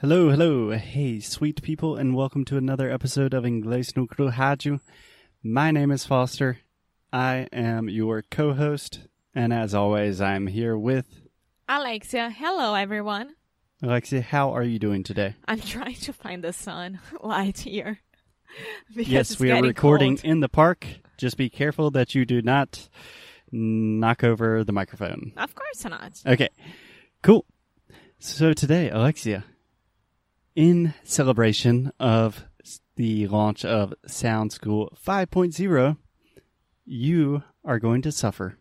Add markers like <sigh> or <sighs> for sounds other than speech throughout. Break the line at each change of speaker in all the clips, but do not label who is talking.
Hello, hello, hey, sweet people, and welcome to another episode of Inglês no Cru Rádio. My name is Foster. I am your co host, and as always, I'm here with
Alexia, hello everyone.
Alexia. How are you doing today?
<laughs> I'm trying to find the <laughs> sunlight here. because
yes,
it's
we are
getting
recording
cold.
in the park. Just be careful that you do not knock over the microphone.
Of course not.
Okay, cool. So today, Alexia, in celebration of s- the launch of Sound School 5.0, you are going to suffer.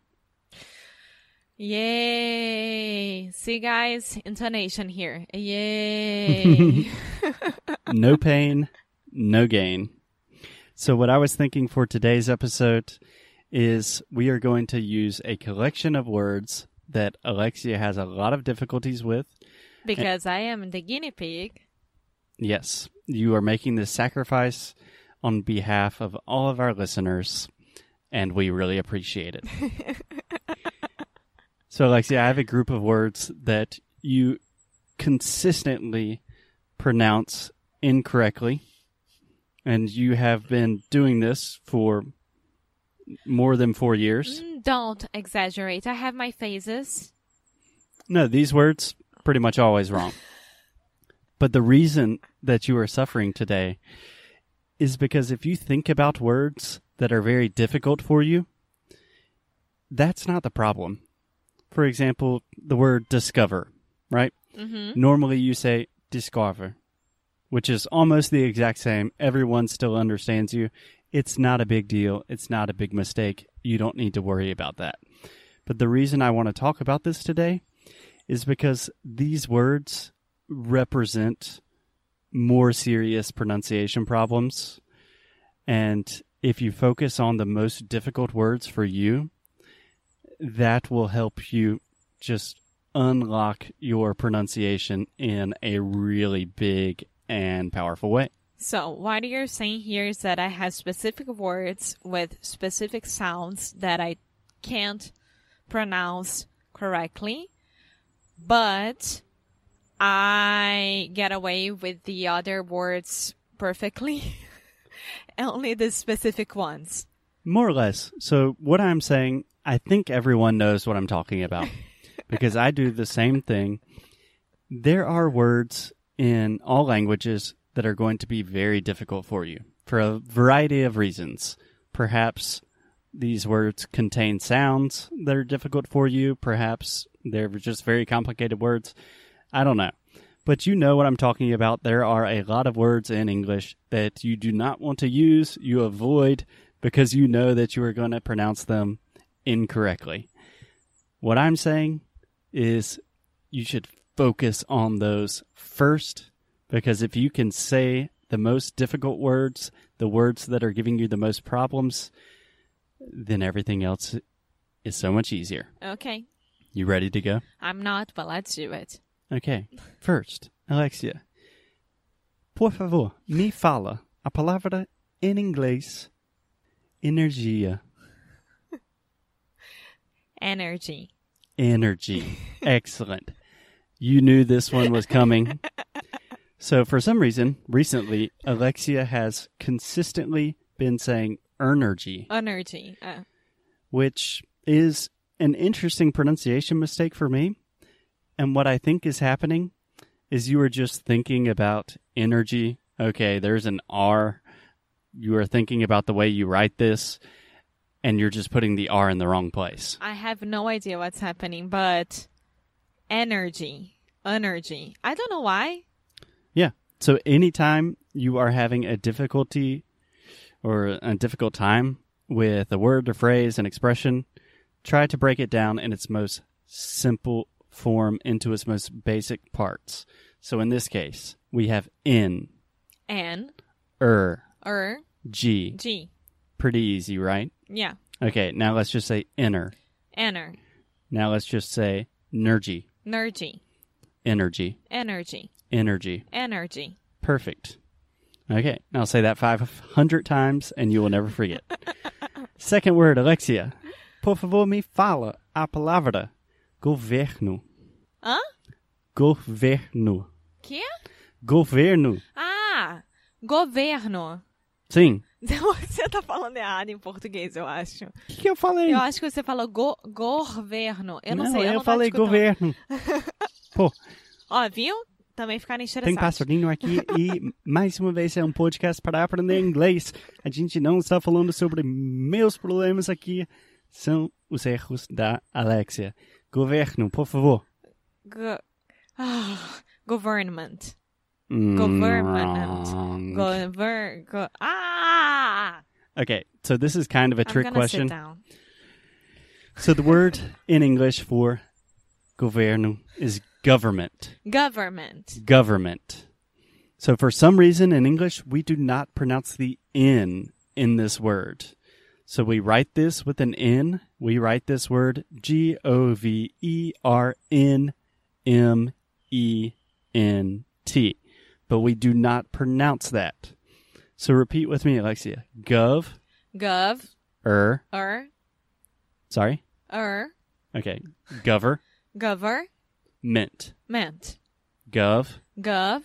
Yay. See guys, intonation here.
<laughs>
Yay.
No pain, no gain. So what I was thinking for today's episode is we are going to use a collection of words that Alexia has a lot of difficulties with.
because I am the guinea pig.
Yes, you are making this sacrifice on behalf of all of our listeners, and we really appreciate it. so, Alexia, I have a group of words that you consistently pronounce incorrectly, and you have been doing this for more than four years.
Mm, Don't exaggerate. I have my phases.
No, these words pretty much always wrong. but the reason that you are suffering today is because if you think about words that are very difficult for you, that's not the problem. For example, the word discover, right?
hmm
Normally you say discover, which is almost the exact same. Everyone still understands you. It's not a big deal. It's not a big mistake. You don't need to worry about that. But the reason I want to talk about this today is because these words represent more serious pronunciation problems. And if you focus on the most difficult words for you, that will help you just unlock your pronunciation in a really big and powerful way.
So, what you're saying here is that I have specific words with specific sounds that I can't pronounce correctly, but I get away with the other words perfectly, <laughs> only the specific ones.
More or less. So, what I'm saying, I think everyone knows what I'm talking about because I do the same thing. There are words in all languages that are going to be very difficult for you for a variety of reasons. Perhaps these words contain sounds that are difficult for you. Perhaps they're just very complicated words. I don't know. But you know what I'm talking about. There are a lot of words in English that you do not want to use, you avoid, because you know that you are going to pronounce them incorrectly. What I'm saying is you should focus on those first, because if you can say the most difficult words, the words that are giving you the most problems, then everything else is so much easier.
Okay,
You ready to go?
I'm not, but let's do it.
Okay. First, Alexia. Por favor, me fala a palavra em inglês energia.
Energy.
Energy. Excellent. You knew this one was coming. so, for some reason, recently, Alexia has consistently been saying energy,
Energy. Uh,
which is an interesting pronunciation mistake for me. And what I think is happening is you are just thinking about energy. Okay, there's an R. You are thinking about the way you write this, and you're just putting the R in the wrong place.
I have no idea what's happening, but energy, energy. I don't know why.
Yeah. So anytime you are having a difficulty or a difficult time with a word or phrase and expression, try to break it down in its most simple form into its most basic parts. So in this case, we have in,
N
er,
or
g.
G.
Pretty easy, right?
Yeah,
Okay, now let's just say inner.
enter.
Now let's just say nergy,
Energy,
energy,
energy,
energy.
energy.
Perfect. Okay, I'll say that 500 times and you will never
<laughs>
forget. Second word, Alexia. Por favor, me fala a palavra governo.
Hã?
Governo.
Que?
Governo.
Ah, governo. <laughs>
Sim.
Então você tá falando errado em português, eu acho.
O que, que eu falei?
Eu acho que você falou go governo. Eu não, sei. Eu, não tô
falei
discutindo.
governo. Pô,
Ó, viu? Também ficaram
tem
interessados.
passarinho aqui e mais uma vez é um podcast para aprender inglês. A gente não está falando sobre meus problemas aqui, são os erros da Alexia. Governo, por favor.
Go- Ah, government.
Government.
Government. Gover go ah!
Okay, so this is kind of a
I'm
trick
gonna
question.
sit down.
So the word in English for governo is government.
Government.
Government. So for some reason in English we do not pronounce the n in this word. So we write this with an n. We write this word G O V E R N M E N T. But we do not pronounce that. So repeat with me, Alexia. Gov
Gov
er
er
sorry.
er
Okay. Gover
government.
mint. Gov
Gov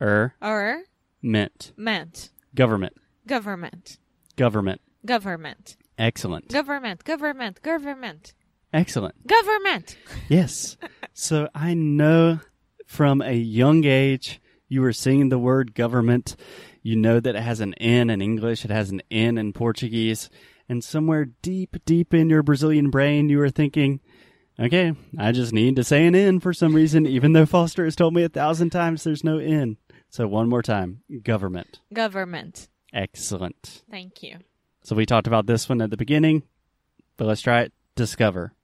er
er
mint.
ment.
Government.
Government.
Government.
Government.
Excellent.
Government. Government. Government.
Excellent.
Government.
Yes. so I know from a young age you were seeing the word government. You know that it has an N in English, it has an N in Portuguese. And somewhere deep, deep in your Brazilian brain, you were thinking, okay, I just need to say an N for some reason, even though Foster has told me a thousand times there's no N. So one more time government.
Government.
Excellent.
Thank you.
So we talked about this one at the beginning, but let's try it. Discover.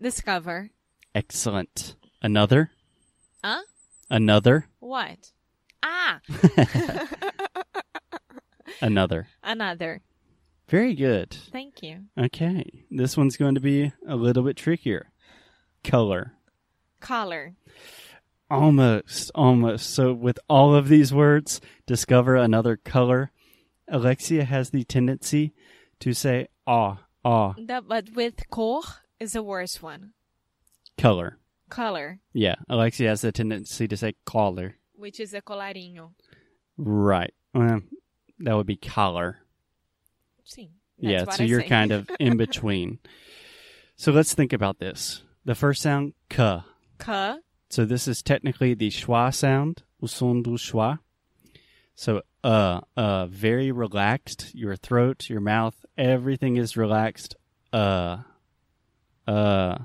Discover.
Excellent. Another.
Huh?
Another.
What? Ah,
Another.
another.
Very good.
Thank you.
Okay. This one's going to be a little bit trickier. Color.
Color.
Almost. Almost. So with all of these words, discover another color. Alexia has the tendency to say ah, ah,
That, but with cor is the worst one.
color.
Color,
Yeah. Alexia has the tendency to say color.
which is a colarinho.
Right. Well, that would be collar.
Sim. That's
Yeah,
what
so
I
you're
say.
kind of
<laughs>
in between. so let's think about this. The first sound, k.
Ca,
So this is technically the schwa sound, o som do schwa. So uh, uh, very relaxed. Your throat, your mouth, everything is relaxed. Uh, uh.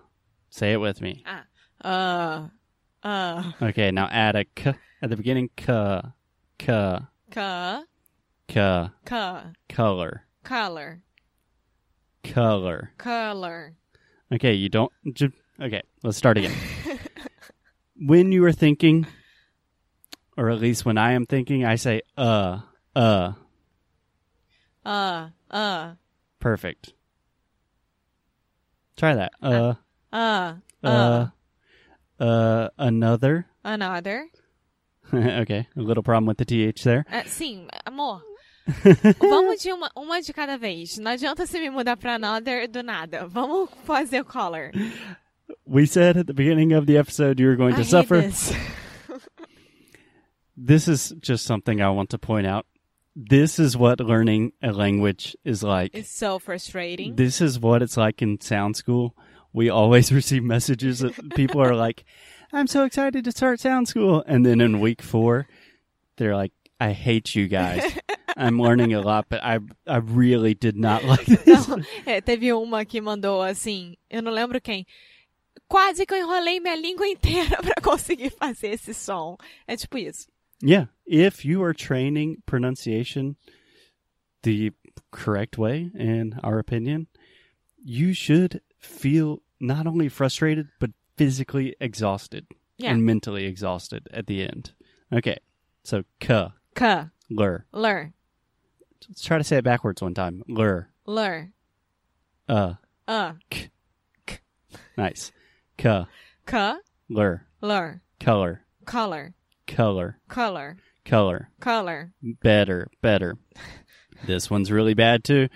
Say it with me.
ah, uh, uh,
Okay, now add a k at the beginning. K, k,
ca,
k.
ca,
Color,
color,
color.
color,
Okay, you don't. j- Okay, let's start again. when you are thinking, or at least when I am thinking, I say, uh, uh,
uh, uh,
perfect. Try that. Uh,
uh,
uh, uh, another. <laughs>
another.
okay, a little problem with the TH there.
Ah, sim, amor. Vamos de uma, uma de cada vez. Não adianta você me mudar pra another do nada. Vamos fazer o color.
We said at the beginning of the episode you were going
I
to
hate
suffer.
this.
this is just something I want to point out. This is what learning a language is like.
It's so frustrating.
This is what it's like in sound school. We always <laughs> receive messages that people are like, I'm so excited to start sound school. And then in week four, they're like, I hate you guys. I'm learning a lot, but I I really did not like this.
Não, <laughs> é, teve uma que mandou assim, eu não lembro quem. Quase que eu enrolei minha língua inteira <laughs> pra conseguir fazer esse som. É tipo isso.
Yeah. If you are training pronunciation the correct way, in our opinion, you should feel not only frustrated, but physically exhausted
Yeah.
and mentally exhausted at the end. Okay. So, k,
Ca,
lur.
ler,
Let's try to say it backwards one time. Lur,
ler,
uh.
a,
Nice. K,
ca,
lur.
ler,
Color,
color,
color,
color,
color.
color,
Better, better. this one's really bad too.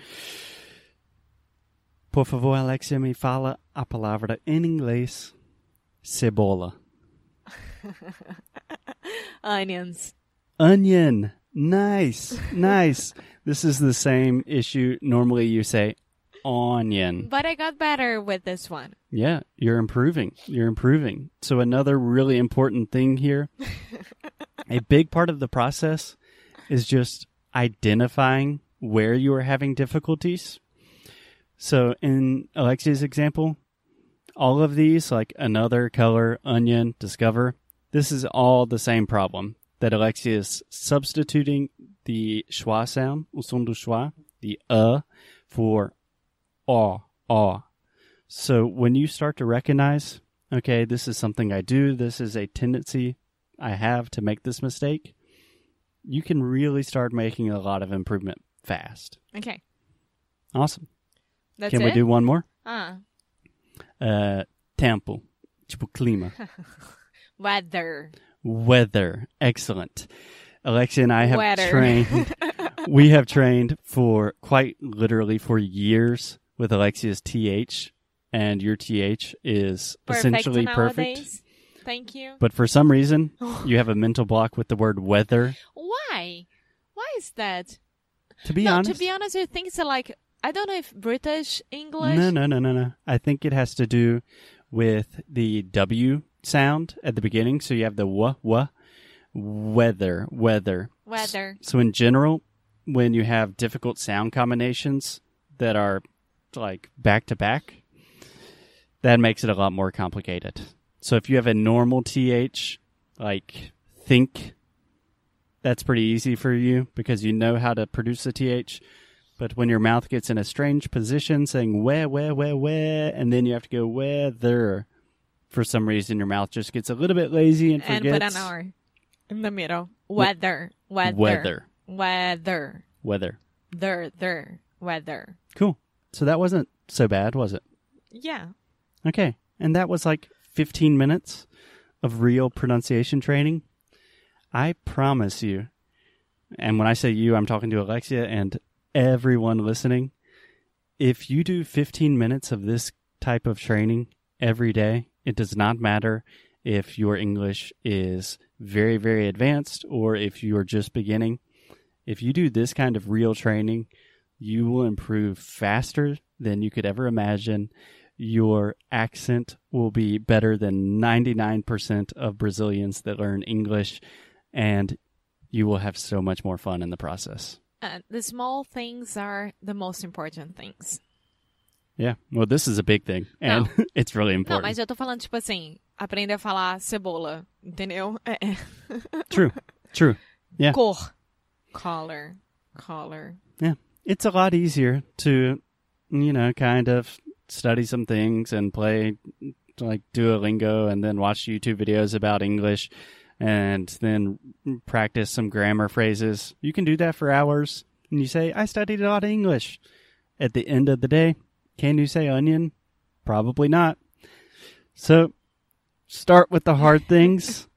Por favor, Alexia, me fala a palavra em inglês. Cebola.
onions,
Onion. Nice. Nice. this is the same issue. Normally you say onion.
But I got better with this one.
Yeah, you're improving. You're improving. So another really important thing here. a big part of the process is just identifying where you are having difficulties. So in Alexia's example, all of these, like another color, onion, discover, this is all the same problem that Alexia is substituting the schwa sound, o som do schwa, the uh, for ah, ah. So when you start to recognize, okay, this is something I do, this is a tendency I have to make this mistake, you can really start making a lot of improvement fast.
Okay.
Awesome.
That's
can
it.
we do one more?
Ah,
Uh, tempo, tipo
<laughs>
clima.
weather.
Weather. Excellent. Alexia and I have
Weather. <laughs>
trained. we have trained for quite literally for years with Alexia's TH, and your TH is essentially perfect.
nowadays. Thank you.
But for some
<sighs>
reason, you have a mental block with the word weather.
Why? Why is that?
To be
no,
honest,
to be honest, I think it's like I don't know if British English.
no, no, no, no, no. I think it has to do with the W sound at the beginning. So you have the w, w, weather, weather.
Weather.
So in general, when you have difficult sound combinations that are like back to back, that makes it a lot more complicated. So if you have a normal th, like think, that's pretty easy for you because you know how to produce a th. But when your mouth gets in a strange position, saying where, where, where, where, and then you have to go weather, for some reason your mouth just gets a little bit lazy and
And
forgets
put an R in the middle. Weather. Weather.
weather,
Weather.
weather.
There. There. Weather.
Cool. So that wasn't so bad, was it?
Yeah.
Okay. And that was like 15 minutes of real pronunciation training. I promise you. And when I say you, I'm talking to Alexia and everyone listening. If you do 15 minutes of this type of training every day, it does not matter if your English is very, very advanced or if you're just beginning. If you do this kind of real training, you will improve faster than you could ever imagine. Your accent will be better than 99% of Brazilians that learn English, and you will have so much more fun in the process.
Uh, the small things are the most important things.
Yeah. Well, this is a big thing, and <laughs> it's really
Não,
important.
mas eu tô falando, tipo assim, aprender a falar cebola, entendeu? <laughs> É, é.
True. True. Yeah.
Cor. Color. Color.
It's a lot easier to, you know, kind of study some things and play like Duolingo and then watch YouTube videos about English and then practice some grammar phrases. You can do that for hours. And you say, I studied a lot of English. At the end of the day, can you say onion? Probably not. So start with the hard things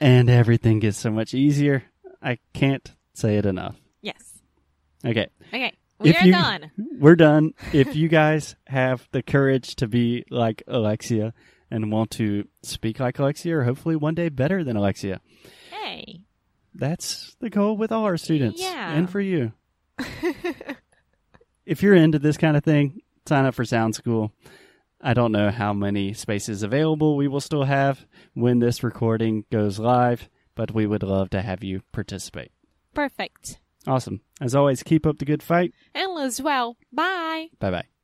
and everything gets so much easier. I can't say it enough.
Yes.
Okay.
Okay. We
If
are
you-
done.
We're done. If you guys have the courage to be like Alexia and want to speak like Alexia, or hopefully one day better than Alexia,
Hey.
that's the goal with all our students
Yeah.
and for
<laughs>
you. if you're into this kind of thing, sign up for Sound School. I don't know how many spaces available we will still have when this recording goes live, but we would love to have you participate.
Perfect.
Awesome. As always, keep up the good fight.
And as well. Bye.
Bye bye.